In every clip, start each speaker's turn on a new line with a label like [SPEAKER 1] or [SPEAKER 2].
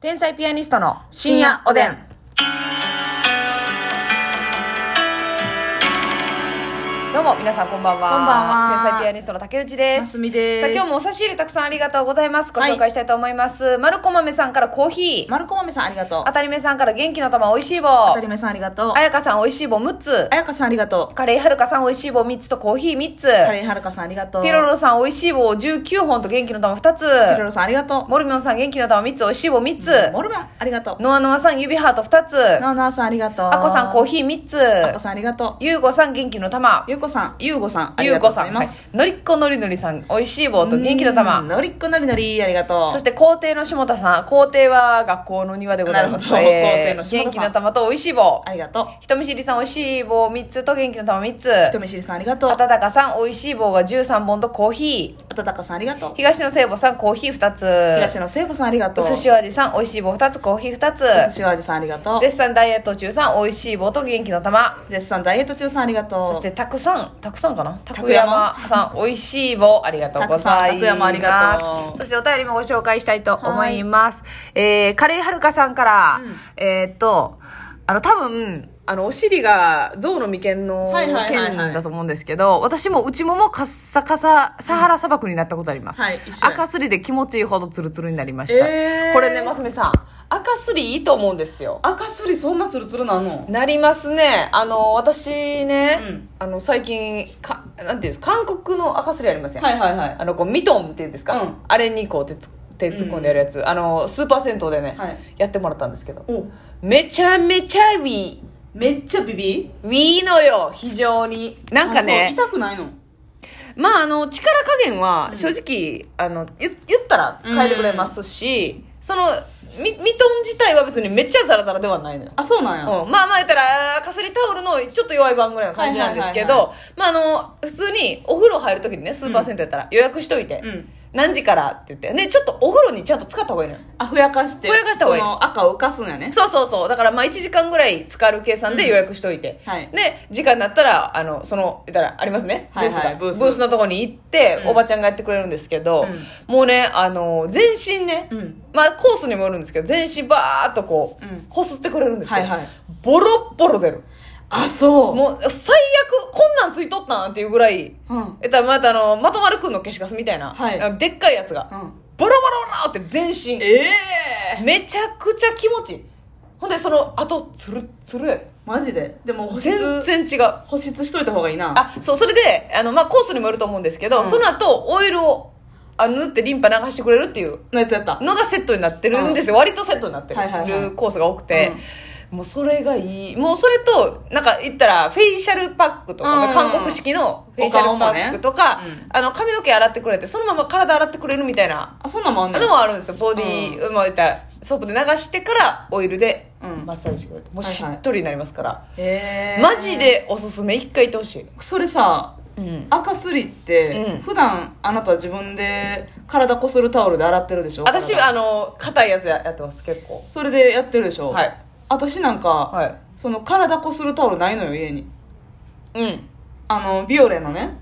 [SPEAKER 1] 天才ピアニストの深夜おでん。どうも皆さんこんばんは。
[SPEAKER 2] こんばんは
[SPEAKER 1] 天才ピアニストの竹内です。
[SPEAKER 2] ますみで
[SPEAKER 1] さ
[SPEAKER 2] す
[SPEAKER 1] あ今日もお差し入れたくさんありがとうございます。ご紹介したいと思います。まるこまめさんからコーヒー。
[SPEAKER 2] マルコマメさんありがとう
[SPEAKER 1] あ。たりめさんから元気の玉おいしい棒。
[SPEAKER 2] あ
[SPEAKER 1] あ
[SPEAKER 2] たりめさんありがとう。
[SPEAKER 1] やかさんおいしい棒6つ
[SPEAKER 2] あ。やかさんありがとう。
[SPEAKER 1] カレーはるかさんおいしい棒3つとコーヒー3つ。
[SPEAKER 2] カレーはるかさんありがとう。
[SPEAKER 1] ピロロさんおいしい棒19本と元気の玉2つ。
[SPEAKER 2] ピロロさんありがとう。
[SPEAKER 1] モルミョンさん元気の玉3つおいしい棒3つ。
[SPEAKER 2] モルモンありがとう。
[SPEAKER 1] ノアノアさん指ハート2つ。
[SPEAKER 2] ノーナーさんありがとう。
[SPEAKER 1] あこさんコー
[SPEAKER 2] ヒ
[SPEAKER 1] ヒー3
[SPEAKER 2] あこ
[SPEAKER 1] つ。
[SPEAKER 2] さんありがとう。
[SPEAKER 1] ゆうごさん元気の玉。
[SPEAKER 2] ゆうこさん、ゆうごさんあり
[SPEAKER 1] ゆ
[SPEAKER 2] が
[SPEAKER 1] う
[SPEAKER 2] とう
[SPEAKER 1] こ
[SPEAKER 2] ござ
[SPEAKER 1] さ
[SPEAKER 2] い
[SPEAKER 1] ん、
[SPEAKER 2] ま
[SPEAKER 1] はい
[SPEAKER 2] す。
[SPEAKER 1] のりっこのりのりさん、おいしい棒と元気の
[SPEAKER 2] うーん
[SPEAKER 1] 玉。
[SPEAKER 2] のりっこのりのりありがとう。
[SPEAKER 1] そして校庭の下田さん、校庭は学校の庭でございます。
[SPEAKER 2] なるほど
[SPEAKER 1] えー
[SPEAKER 2] 校庭の下田さん
[SPEAKER 1] 元気の玉とおいしい棒。
[SPEAKER 2] ありがとう。
[SPEAKER 1] 人見知りさん、おいしい棒3つと元気の玉3つ。
[SPEAKER 2] ひとみしりさんありがとう
[SPEAKER 1] あ。たたかさん、おいしい棒が13本とコーヒー。
[SPEAKER 2] あたたかさんありがとう。
[SPEAKER 1] 東野聖母さん、コーヒー2つ。
[SPEAKER 2] 東野聖子さんありがとう。
[SPEAKER 1] うすしお味さん、おいしい棒2つ、コーヒー2
[SPEAKER 2] お寿
[SPEAKER 1] つ。
[SPEAKER 2] 司お味さんありがとう。
[SPEAKER 1] 絶賛ダイエット中さん、おいしい棒と元気の玉。
[SPEAKER 2] 絶賛ダイエット中さんありがとう。
[SPEAKER 1] そして、たくさん、たくさんかなた
[SPEAKER 2] た
[SPEAKER 1] く
[SPEAKER 2] く
[SPEAKER 1] や
[SPEAKER 2] や
[SPEAKER 1] ま さん、おいしい棒、ありがとうございます。
[SPEAKER 2] たくさんたくやまありがとう
[SPEAKER 1] そして、お便りもご紹介したいと思います。えー、カレーはるかさんから、えーっと、あの、多分、あの、お尻が象の眉間の
[SPEAKER 2] はいはいはいはい
[SPEAKER 1] 剣だと思うんですけど、私も内ももカッサカサ、サハラ砂漠になったことあります。
[SPEAKER 2] はい一緒や
[SPEAKER 1] 赤すりで気持ちいいほどツルツルになりました。
[SPEAKER 2] えー
[SPEAKER 1] これね、ますみさん、赤すりいいと思うんですよ。
[SPEAKER 2] 赤すりそんなツルツルなの
[SPEAKER 1] なりますねあの私ね、
[SPEAKER 2] うん
[SPEAKER 1] あの最近かなんていうんですか韓国の赤すりありますやん、
[SPEAKER 2] はいはいはい。
[SPEAKER 1] あのこうミトンっていうんですか、
[SPEAKER 2] うん
[SPEAKER 1] あれにこう手つ手突っ込んでやるやつ、あのスーパー銭湯でね、
[SPEAKER 2] はい
[SPEAKER 1] やってもらったんですけど
[SPEAKER 2] お、
[SPEAKER 1] めちゃめちゃウィー
[SPEAKER 2] めっちゃビビ
[SPEAKER 1] ウィーのよ非常になんか
[SPEAKER 2] あそう
[SPEAKER 1] ね
[SPEAKER 2] 痛くないの
[SPEAKER 1] まああの力加減は正直、あの言言ったら変えてくれますし、そのミミトン自体は別にめっちゃザラザラではないのよ
[SPEAKER 2] あ、そうなんや。
[SPEAKER 1] うん、まあまあ言ったら、かすりタオルのちょっと弱い版ぐらいの感じなんですけ
[SPEAKER 2] はい
[SPEAKER 1] ど、まああの、普通にお風呂入るときにね、スーパー銭湯やったら予約しといて、
[SPEAKER 2] うん
[SPEAKER 1] 何時からって言って、ね、ちょっとお風呂にちゃんと使った方がいいのよ。
[SPEAKER 2] あ、ふやかして。
[SPEAKER 1] ふやかした方がいい
[SPEAKER 2] この赤を浮かすんやね。
[SPEAKER 1] そうそうそう。だからまあ1時間ぐらい使う計算で予約しといて。
[SPEAKER 2] うんはい
[SPEAKER 1] で、時間になったら、あの、その、言ったらありますね。ブ
[SPEAKER 2] はい
[SPEAKER 1] ース
[SPEAKER 2] は
[SPEAKER 1] が。
[SPEAKER 2] い
[SPEAKER 1] ブ
[SPEAKER 2] ブ
[SPEAKER 1] ー
[SPEAKER 2] ー
[SPEAKER 1] ス
[SPEAKER 2] ス
[SPEAKER 1] のとこに行って、
[SPEAKER 2] うん
[SPEAKER 1] おばちゃんがやってくれるんですけど、もうね、あの、全身ね、
[SPEAKER 2] うん
[SPEAKER 1] まあコースにもよるんですけど、全身バーっとこう
[SPEAKER 2] うん、
[SPEAKER 1] こすってくれるんですけど、
[SPEAKER 2] はいはい
[SPEAKER 1] ボロッボロ出る。
[SPEAKER 2] あ、そう。
[SPEAKER 1] もう最悪こんなんついとったんっていうぐらい、
[SPEAKER 2] うん。
[SPEAKER 1] えっと、またあの、まとまるくんの消しカスみたいな、
[SPEAKER 2] はい
[SPEAKER 1] あのでっかいやつが、
[SPEAKER 2] うん。
[SPEAKER 1] ボロボロボロって全身、
[SPEAKER 2] ええ
[SPEAKER 1] めちゃくちゃ気持ちいい。ほんで、その、あと、つるっつるや
[SPEAKER 2] マジででも保湿、
[SPEAKER 1] 全然違う。
[SPEAKER 2] 保湿しといた方がいいな。
[SPEAKER 1] あ、そう、それで、あの、まあ、コースにもよると思うんですけど、
[SPEAKER 2] うん
[SPEAKER 1] その後、オイルを、あの、塗ってリンパ流してくれるっていう
[SPEAKER 2] のやつやった。
[SPEAKER 1] のがセットになってるんですよ。割とセットになってる、
[SPEAKER 2] はいはいはい
[SPEAKER 1] コースが多くて。もうそれがいい。もうそれと、なんか言ったら、フェイシャルパックとか、
[SPEAKER 2] うん
[SPEAKER 1] 韓国式のフェイシャルパックとか、
[SPEAKER 2] お顔もねうん
[SPEAKER 1] あの、髪の毛洗ってくれて、そのまま体洗ってくれるみたいな
[SPEAKER 2] あ、そんなんもあんねん
[SPEAKER 1] のもあるんですよ。ボディ、まあ言ったら、ソープで流してから、オイルで
[SPEAKER 2] うん
[SPEAKER 1] マッサージしてくれる。もう
[SPEAKER 2] はい
[SPEAKER 1] し
[SPEAKER 2] はい
[SPEAKER 1] っとりになりますから。
[SPEAKER 2] ええ
[SPEAKER 1] マジ。でおすすめ、一回行ってほしい。
[SPEAKER 2] それさ、
[SPEAKER 1] うん。
[SPEAKER 2] 赤すりって、
[SPEAKER 1] うん
[SPEAKER 2] 普段あなたは自分で体こするタオルで洗ってるでしょ
[SPEAKER 1] 私、
[SPEAKER 2] 体
[SPEAKER 1] あの、硬いやつややってます、結構。
[SPEAKER 2] それでやってるでしょ
[SPEAKER 1] はい。
[SPEAKER 2] 私なんか、
[SPEAKER 1] は
[SPEAKER 2] その体こするタオルないのよ、家に。
[SPEAKER 1] い。うん。
[SPEAKER 2] あの、ビオレのね、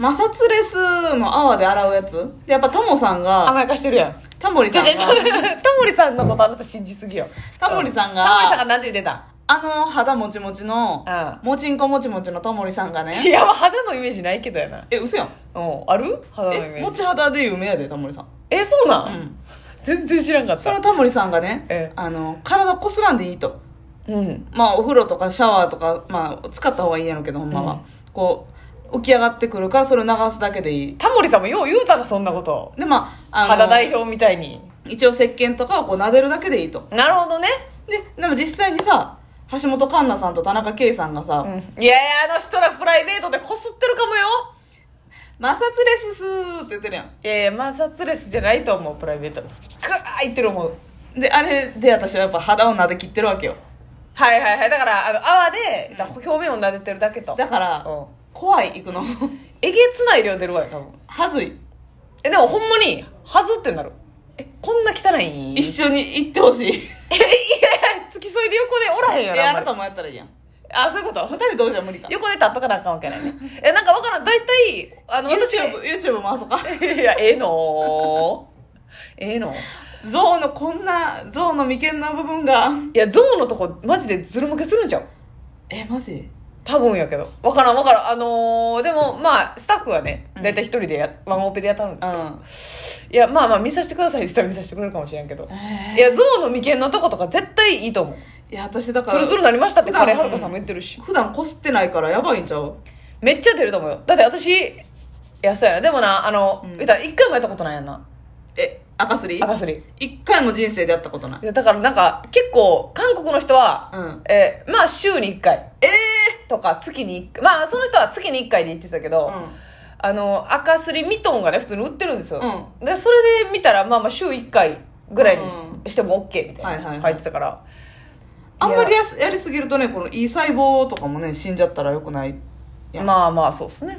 [SPEAKER 2] 摩擦レスの泡で洗うやつ。で、やっぱタモさんが、
[SPEAKER 1] 甘やかしてるやん。
[SPEAKER 2] タモリ
[SPEAKER 1] じ
[SPEAKER 2] さ
[SPEAKER 1] ゃ
[SPEAKER 2] ん
[SPEAKER 1] じ
[SPEAKER 2] が
[SPEAKER 1] ゃ、タ、モリさんのことあなた信じすぎよ。
[SPEAKER 2] タモリさんが
[SPEAKER 1] タモリさんがなんて言ってた
[SPEAKER 2] あの肌もちもちの
[SPEAKER 1] う、
[SPEAKER 2] もちんこもちもちのタモリさんがね
[SPEAKER 1] い、や、まあ肌のイメージないけどやな。
[SPEAKER 2] え、嘘やん。
[SPEAKER 1] うん、ある肌のイメー
[SPEAKER 2] え、も
[SPEAKER 1] ジ。
[SPEAKER 2] ち肌で有名やで、タモリさん。
[SPEAKER 1] え、そうな、
[SPEAKER 2] うんん。
[SPEAKER 1] 全然知らんかっ
[SPEAKER 2] そ
[SPEAKER 1] た
[SPEAKER 2] の。タモリさんがね
[SPEAKER 1] ええ、
[SPEAKER 2] あの、体こすらんでいいと。
[SPEAKER 1] うん。
[SPEAKER 2] まあ、お風呂とかシャワーとか、まあ、使った方がいいんやろうけど、ほんま
[SPEAKER 1] うん
[SPEAKER 2] は。こう、浮き上がってくるから、それを流すだけでいい。
[SPEAKER 1] タモリさんもよう言うたな、そんなこと。
[SPEAKER 2] で、まあ、あの
[SPEAKER 1] 肌代表みたいに。
[SPEAKER 2] 一応石鹸とかをこう撫でるだけでいいと。
[SPEAKER 1] なるほどね。
[SPEAKER 2] で、でも実際にさ、橋本環奈さんと田中圭さんがさ、
[SPEAKER 1] うん。いやいや、あの人らプライベートでこすってるかもよ。
[SPEAKER 2] 摩擦レススーって言ってるやん。
[SPEAKER 1] いやいや、摩擦レスじゃないと思う、プライベート。ぐー言ってる思う。
[SPEAKER 2] で、あれで私はやっぱ肌を撫で切ってるわけよ。
[SPEAKER 1] はいはいはい。だから、あの、泡で、だ表面を撫でてるだけと。
[SPEAKER 2] だから、
[SPEAKER 1] うん。
[SPEAKER 2] 怖い行くの
[SPEAKER 1] えげつない量出るわよ、多分。
[SPEAKER 2] はずい
[SPEAKER 1] え、でもほんまに、はずってなる。え、こんな汚いん
[SPEAKER 2] 一緒に行ってほしい
[SPEAKER 1] えいや付き添いで横でおらへんや
[SPEAKER 2] え
[SPEAKER 1] ろあ
[SPEAKER 2] あ
[SPEAKER 1] んま
[SPEAKER 2] な
[SPEAKER 1] り
[SPEAKER 2] たもやったらいいやん
[SPEAKER 1] あそういうこと
[SPEAKER 2] 二人同時は無理か
[SPEAKER 1] 横で立っとかなあかんわけないねえなんかわからん大体あの私
[SPEAKER 2] YouTube, YouTube 回そうか
[SPEAKER 1] いやええのええの
[SPEAKER 2] 象のこんな象の眉間の部分が
[SPEAKER 1] いや、象のとこ、マジでズル向けするんちゃう
[SPEAKER 2] えマジ
[SPEAKER 1] 多分やけど。わからんわからん。あのーでも、まあ、スタッフがね、だいたい一人でや、ワンオペでやったんです
[SPEAKER 2] う
[SPEAKER 1] けど、
[SPEAKER 2] ん
[SPEAKER 1] いや、まあまあ、見させてくださいって言ったら見させてくれるかもしれんけど。
[SPEAKER 2] え
[SPEAKER 1] いや、象の眉間のとことか絶対いいと思う。
[SPEAKER 2] ーいや私だか
[SPEAKER 1] ツ
[SPEAKER 2] ら
[SPEAKER 1] ルツルなりましたってカレーはるかさんも言ってるし。
[SPEAKER 2] 普段こすってないからやばいんちゃう
[SPEAKER 1] めっちゃ出ると思うよ。だって私、いや、そうやな。でもな、あの、
[SPEAKER 2] うん
[SPEAKER 1] 言うたら一回もやったことないやんな。
[SPEAKER 2] え赤すり
[SPEAKER 1] 赤すり。
[SPEAKER 2] 一回も人生でやったことない
[SPEAKER 1] いやだからなんか、結構、韓国の人は、
[SPEAKER 2] うん
[SPEAKER 1] えーまあ、週に一回
[SPEAKER 2] え
[SPEAKER 1] とか、月に一回。まあ、その人は月に一回で言ってたけど、
[SPEAKER 2] えうん
[SPEAKER 1] あの赤すりミトンがね普通に売ってるんですよ、
[SPEAKER 2] う
[SPEAKER 1] でそれで見たらまあまあ週1回ぐらいにし,、
[SPEAKER 2] う
[SPEAKER 1] ても OK みた
[SPEAKER 2] はいは
[SPEAKER 1] い
[SPEAKER 2] いはい
[SPEAKER 1] な書いてたから
[SPEAKER 2] あんまりやすやりすぎるとねこのいい細胞とかもね死んじゃったらよくないやん
[SPEAKER 1] まあまあそうっすね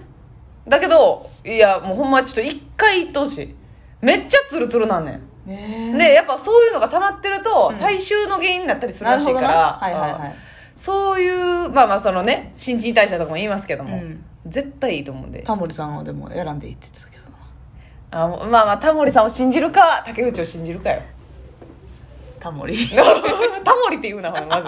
[SPEAKER 1] だけどいやもうほんまちょっと1回言ってほしいめっちゃツルツルなんね
[SPEAKER 2] ね
[SPEAKER 1] んでやっぱそういうのが溜まってると
[SPEAKER 2] うん
[SPEAKER 1] 体臭の原因になったりするら
[SPEAKER 2] なる
[SPEAKER 1] し
[SPEAKER 2] ほ
[SPEAKER 1] い
[SPEAKER 2] ど
[SPEAKER 1] か
[SPEAKER 2] な
[SPEAKER 1] ら、
[SPEAKER 2] はいはいはい
[SPEAKER 1] そういうまあまあそのね新陳代謝とかも言いますけども、
[SPEAKER 2] うん
[SPEAKER 1] 絶対いいと思うんで
[SPEAKER 2] タモリさんはでも選んでいいって言ってたけどな
[SPEAKER 1] あまあまあタモリさんを信じるか竹内を信じる かよ
[SPEAKER 2] タモリ
[SPEAKER 1] タモリって言うな、ほんままず。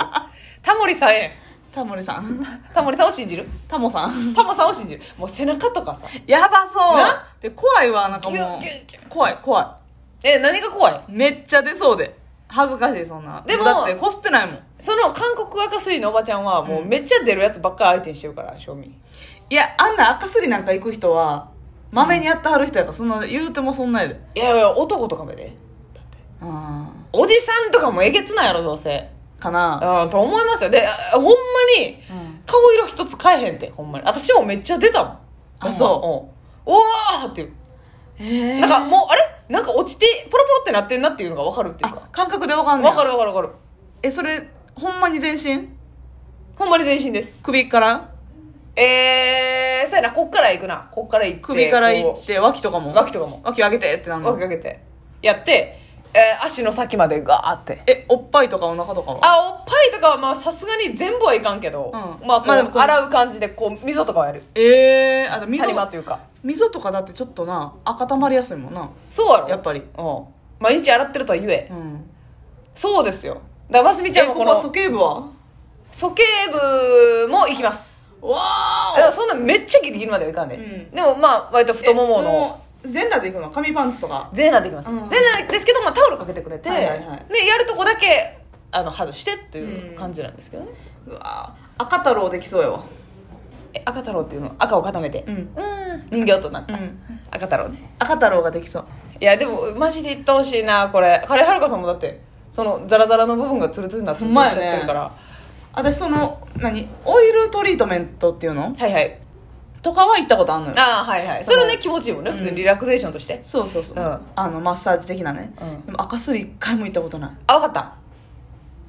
[SPEAKER 1] タモリさんへ。
[SPEAKER 2] タモリさん
[SPEAKER 1] タモリさんを信じる
[SPEAKER 2] タモさん
[SPEAKER 1] タモさんを信じる。もう背中とかさ。
[SPEAKER 2] やばそう
[SPEAKER 1] な
[SPEAKER 2] で怖いわなんか
[SPEAKER 1] ギュ
[SPEAKER 2] も
[SPEAKER 1] ンギュンギュ
[SPEAKER 2] う怖い怖い
[SPEAKER 1] え、何が怖い
[SPEAKER 2] めっちゃ出そうで恥ずかしいそんな
[SPEAKER 1] でも
[SPEAKER 2] だってこすってないもん
[SPEAKER 1] その韓国赤水のおばちゃんは、もうめっちゃ出るやつばっかり相手にしてるから、正味。
[SPEAKER 2] いやあんな赤すりなんか行く人はまめにやってはる人やからそんな言うてもそんなやで
[SPEAKER 1] いやいや、男とかもやで。
[SPEAKER 2] うん
[SPEAKER 1] おじさんとかもえげつないやろ、どうせ。
[SPEAKER 2] かな
[SPEAKER 1] うん、と思いますよ。で、あほんまに、
[SPEAKER 2] うん
[SPEAKER 1] 顔色一つ変えへんって、ほんまに。私もめっちゃ出たもん。
[SPEAKER 2] あそ
[SPEAKER 1] うん。おーっていう。
[SPEAKER 2] え
[SPEAKER 1] なんかもう、あれなんか落ちて、ポロポロってなってんなっていうのがわかるっていう
[SPEAKER 2] あ
[SPEAKER 1] か。
[SPEAKER 2] 感覚でわかんない
[SPEAKER 1] わかるわかるわかる。
[SPEAKER 2] えそれほんまに全身
[SPEAKER 1] ほんまに全身です。
[SPEAKER 2] 首から
[SPEAKER 1] えー、そうやな、こっから行くな。こっから行って。
[SPEAKER 2] 首からいっ
[SPEAKER 1] こ
[SPEAKER 2] て脇とか
[SPEAKER 1] う
[SPEAKER 2] も
[SPEAKER 1] 脇とかも。
[SPEAKER 2] 脇上げてってなる
[SPEAKER 1] 脇
[SPEAKER 2] の
[SPEAKER 1] かけて。やって、えー足の先までガーって。
[SPEAKER 2] えおっぱいとかお腹とかは
[SPEAKER 1] あ、おっぱいとかはまあさすがに全部はいかんけど、
[SPEAKER 2] うん
[SPEAKER 1] まあこう、
[SPEAKER 2] まあでもこう
[SPEAKER 1] 洗う感じで、こう、溝とかはやる。
[SPEAKER 2] ええー、あと溝
[SPEAKER 1] 谷間というか。
[SPEAKER 2] 溝とかだってちょっとな赤たまりやすいもんな
[SPEAKER 1] そうやろ
[SPEAKER 2] やっぱり
[SPEAKER 1] うん。毎日洗ってるとは言え。
[SPEAKER 2] うん
[SPEAKER 1] そうですよ。だから、ますみち
[SPEAKER 2] じ
[SPEAKER 1] ゃん
[SPEAKER 2] ゃあ
[SPEAKER 1] も
[SPEAKER 2] こ
[SPEAKER 1] こ
[SPEAKER 2] の
[SPEAKER 1] の、
[SPEAKER 2] 鼠径部は
[SPEAKER 1] 鼠径部も行きます。だか
[SPEAKER 2] わ
[SPEAKER 1] ら
[SPEAKER 2] ー
[SPEAKER 1] そんなめっちゃギリギリまではいかんで、
[SPEAKER 2] うん
[SPEAKER 1] でもまあ、割と太ももの。
[SPEAKER 2] う全裸でいくの紙パンツとか
[SPEAKER 1] 全裸できます、
[SPEAKER 2] うん
[SPEAKER 1] 全裸ですけど、まあ、タオルかけてくれて、
[SPEAKER 2] はいはいはい
[SPEAKER 1] でやるとこだけあの外してっていう感じなんですけどね、
[SPEAKER 2] うわー赤太郎できそうやわ
[SPEAKER 1] え赤太郎っていうの赤を固めて
[SPEAKER 2] うん
[SPEAKER 1] ん人形となった、
[SPEAKER 2] ん
[SPEAKER 1] 赤太郎ね
[SPEAKER 2] 赤太郎ができそう
[SPEAKER 1] いやでもマジで言ってほしいなこれ彼はるかさんもだってそのザラザラの部分がツルツルになって
[SPEAKER 2] ほ
[SPEAKER 1] る
[SPEAKER 2] んま
[SPEAKER 1] っ
[SPEAKER 2] や
[SPEAKER 1] て
[SPEAKER 2] ね
[SPEAKER 1] ってるから、
[SPEAKER 2] 私その何オイルトリートメントっていうの
[SPEAKER 1] はいはい
[SPEAKER 2] とかは行ったことあんのよ
[SPEAKER 1] ああはいはいそれね気持ちいいもんね
[SPEAKER 2] うん
[SPEAKER 1] 普通にリラクゼーションとして、
[SPEAKER 2] そうそうそう、
[SPEAKER 1] うん
[SPEAKER 2] あのマッサージ的なね、
[SPEAKER 1] うん
[SPEAKER 2] でも赤すり一回も行ったことない
[SPEAKER 1] あわかった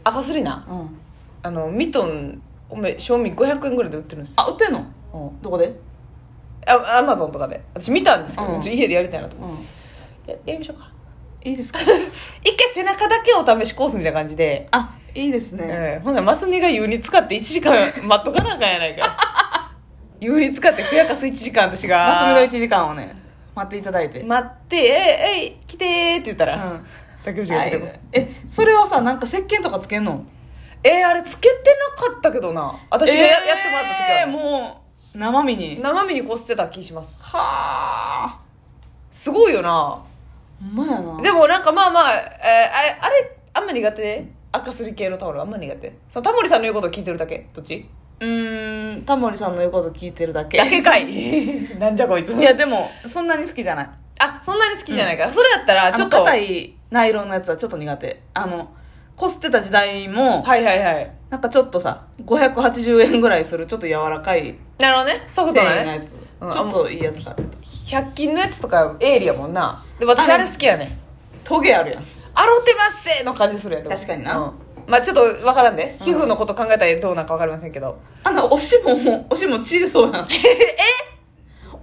[SPEAKER 1] 赤すりな
[SPEAKER 2] うん
[SPEAKER 1] あのミトンおめ賞味500円ぐらいで売ってるんですよ
[SPEAKER 2] あ売ってんの
[SPEAKER 1] うん
[SPEAKER 2] どこで
[SPEAKER 1] あアマゾンとかで私見たんですけど、
[SPEAKER 2] うん
[SPEAKER 1] ちょっと家でやりたいなと
[SPEAKER 2] う
[SPEAKER 1] 思っ
[SPEAKER 2] ん
[SPEAKER 1] てややりましょうか
[SPEAKER 2] いい ですか
[SPEAKER 1] 一回背中だけお試しコースみたいな感じで、
[SPEAKER 2] あいいです
[SPEAKER 1] う
[SPEAKER 2] ね、
[SPEAKER 1] ん、ほんならますみが湯に使って1時間待っとかなあかんや ないか湯に使ってふやかす1時間私
[SPEAKER 2] マスミの1
[SPEAKER 1] が
[SPEAKER 2] 時間をね待っていただいて、
[SPEAKER 1] 待って「えいえい来て」って言ったら、
[SPEAKER 2] うん
[SPEAKER 1] 竹内が来てくる
[SPEAKER 2] えそれはさなんか石鹸とかつけんの
[SPEAKER 1] えー、あれつけてなかったけどな私がや,、やってもらった時は
[SPEAKER 2] えー、もう生身には
[SPEAKER 1] 生身にこすってた気します
[SPEAKER 2] あ
[SPEAKER 1] すごいよな
[SPEAKER 2] ほんまやな
[SPEAKER 1] でもなんかまあまあ、えーああれあんま苦手赤すり系のタオルあんま苦手そのタモリさんの言うことを聞いてるだけどっち
[SPEAKER 2] うーんタモリさんの言うこと聞いてるだけ
[SPEAKER 1] だけか いなんじゃこいつ
[SPEAKER 2] いやでもそんなに好きじゃない
[SPEAKER 1] あそんなに好きじゃないから、それやったら
[SPEAKER 2] あ
[SPEAKER 1] ちょ
[SPEAKER 2] の
[SPEAKER 1] っと
[SPEAKER 2] 硬いナイロンのやつはちょっと苦手あのこすってた時代も、
[SPEAKER 1] はいはいはい
[SPEAKER 2] なんかちょっとさ580円ぐらいするちょっと柔らかい
[SPEAKER 1] なるほどねソフト
[SPEAKER 2] 繊
[SPEAKER 1] な
[SPEAKER 2] 維の
[SPEAKER 1] ね
[SPEAKER 2] やつ、
[SPEAKER 1] うん
[SPEAKER 2] ちょっといいやつ買ってた
[SPEAKER 1] 100均のやつとかエイリやもんなでも私あれ好きやね
[SPEAKER 2] トゲあるやん
[SPEAKER 1] アロテマッセの感じするやんでも
[SPEAKER 2] 確かにな
[SPEAKER 1] うんまあちょっとわからんで、皮膚のこと考えたらどうなんかわかりませんけど
[SPEAKER 2] あんなおしももおしも血出そ うやんえ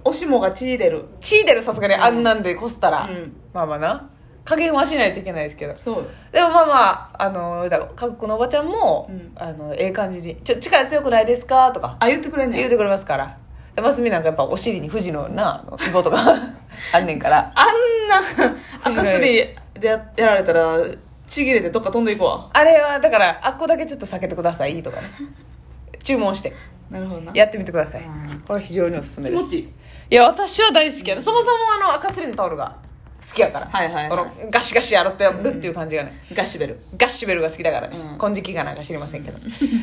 [SPEAKER 2] おしもが血出る
[SPEAKER 1] チーデルさすがにあんなんでこすったら、
[SPEAKER 2] うん
[SPEAKER 1] まあまあな加減はしないといけないですけど
[SPEAKER 2] そう
[SPEAKER 1] でもまあまああのだから韓国のおばちゃんも、
[SPEAKER 2] うん
[SPEAKER 1] あのええ感じに「ちょ力強くないですか?」とか
[SPEAKER 2] あ言ってくれんね
[SPEAKER 1] 言うんてくれますからでますみなんかやっぱお 尻に富士のなあの希望とかあんねんから
[SPEAKER 2] あんな赤すりでややられたらちぎれてどっか飛んでいくわ
[SPEAKER 1] あれはだからあっこだけちょっと避けてくださいとかね注文して
[SPEAKER 2] なるほどな
[SPEAKER 1] やってみてください
[SPEAKER 2] うん
[SPEAKER 1] これ非常におすすめ
[SPEAKER 2] 気
[SPEAKER 1] で
[SPEAKER 2] 持
[SPEAKER 1] す
[SPEAKER 2] ちいい
[SPEAKER 1] いや私は大好きやねそもそもあの赤スリのタオルが好きやから、
[SPEAKER 2] はいはいはい
[SPEAKER 1] このガシガシやろってやるっていう感じがね、
[SPEAKER 2] ガッシュベル
[SPEAKER 1] ガッシュベルが好きだからね、
[SPEAKER 2] うん
[SPEAKER 1] 金色かなんか知りませんけど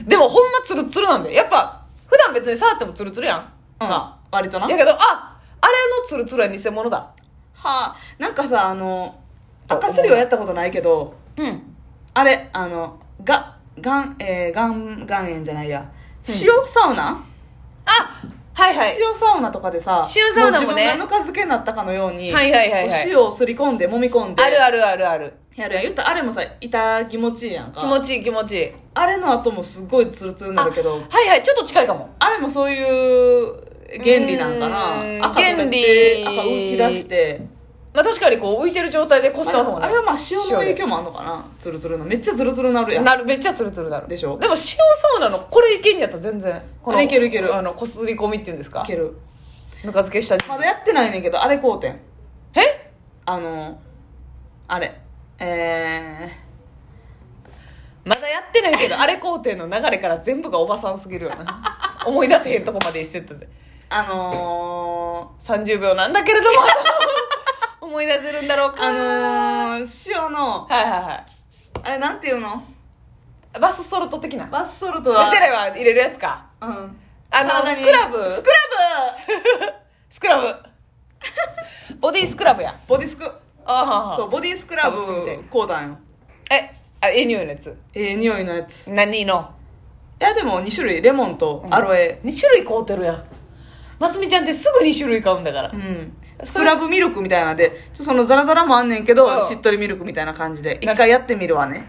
[SPEAKER 1] でもほんまツルツルなんでやっぱ普段別に触ってもツルツルやん、
[SPEAKER 2] うん
[SPEAKER 1] な
[SPEAKER 2] 割とな
[SPEAKER 1] やけどああれのツルツルは偽物だ
[SPEAKER 2] はあなんかさあの
[SPEAKER 1] と
[SPEAKER 2] 赤すりはやったことないけど
[SPEAKER 1] うん
[SPEAKER 2] あれあのががんえー、がん岩塩じゃないや塩サウナ、
[SPEAKER 1] あはいはい
[SPEAKER 2] 塩サウナとかでさ
[SPEAKER 1] 塩サウナもね
[SPEAKER 2] う自分がぬか漬けになったかのように、
[SPEAKER 1] はいはいはいはい
[SPEAKER 2] お塩をすり込んで揉み込んで
[SPEAKER 1] あるあるあるある
[SPEAKER 2] やるやん言ったらあれもさ痛気持ちいいやんか
[SPEAKER 1] 気持ちいい気持ちいい
[SPEAKER 2] あれの後もすごいツルツルになるけど
[SPEAKER 1] あはいはいちょっと近いかも
[SPEAKER 2] あれもそういう原理なんか
[SPEAKER 1] うん
[SPEAKER 2] な赤
[SPEAKER 1] 原
[SPEAKER 2] 溶け
[SPEAKER 1] 理
[SPEAKER 2] て赤浮き出して
[SPEAKER 1] まあ確かにこう浮いてる状態でこすってますもん
[SPEAKER 2] あ
[SPEAKER 1] ね
[SPEAKER 2] れはまあ塩の影響もあんのかなツルツルのめっちゃツルツルなるやん
[SPEAKER 1] なるめっちゃツルツルなる
[SPEAKER 2] でしょ
[SPEAKER 1] でも塩サウナのこれいけんやったら全然この
[SPEAKER 2] あれいけるいける
[SPEAKER 1] あのこすり込みっていうんですか
[SPEAKER 2] いける
[SPEAKER 1] ぬか漬けした
[SPEAKER 2] まだやってないねんけどあれ買うてん
[SPEAKER 1] え
[SPEAKER 2] あのあれえ
[SPEAKER 1] まだやってないけどあれ工程の流れから全部がおばさんすぎるよな思い出せへんとこまで一セットで
[SPEAKER 2] ー、あの
[SPEAKER 1] 30秒なんだけれども 思い出せるんだろう
[SPEAKER 2] ー、
[SPEAKER 1] か
[SPEAKER 2] あのー、塩の
[SPEAKER 1] はいはいは
[SPEAKER 2] あれなんていうの
[SPEAKER 1] いバスソルト的なう
[SPEAKER 2] バスソルトは
[SPEAKER 1] ちらは入れるやつか
[SPEAKER 2] うん
[SPEAKER 1] あの
[SPEAKER 2] 体に
[SPEAKER 1] スクラブ
[SPEAKER 2] スクラ
[SPEAKER 1] スクラブボディスクラブや
[SPEAKER 2] ブボディスク
[SPEAKER 1] ああ
[SPEAKER 2] そうボディスクラ
[SPEAKER 1] サブ
[SPEAKER 2] ブ
[SPEAKER 1] スクみたいな
[SPEAKER 2] こうだんよ
[SPEAKER 1] えあええ匂いのやつ
[SPEAKER 2] ええ匂いのやつい
[SPEAKER 1] 何の
[SPEAKER 2] やでも2種類レモンとアロエ
[SPEAKER 1] 2種類買うてるやんますみちゃんってすぐ2種類買うんだから
[SPEAKER 2] うん、スクラブミルクみたいなのでちょっとそのザラザラもあんねんけど、
[SPEAKER 1] うん
[SPEAKER 2] しっとりミルクみたいな感じで
[SPEAKER 1] な
[SPEAKER 2] 一回やってみるわね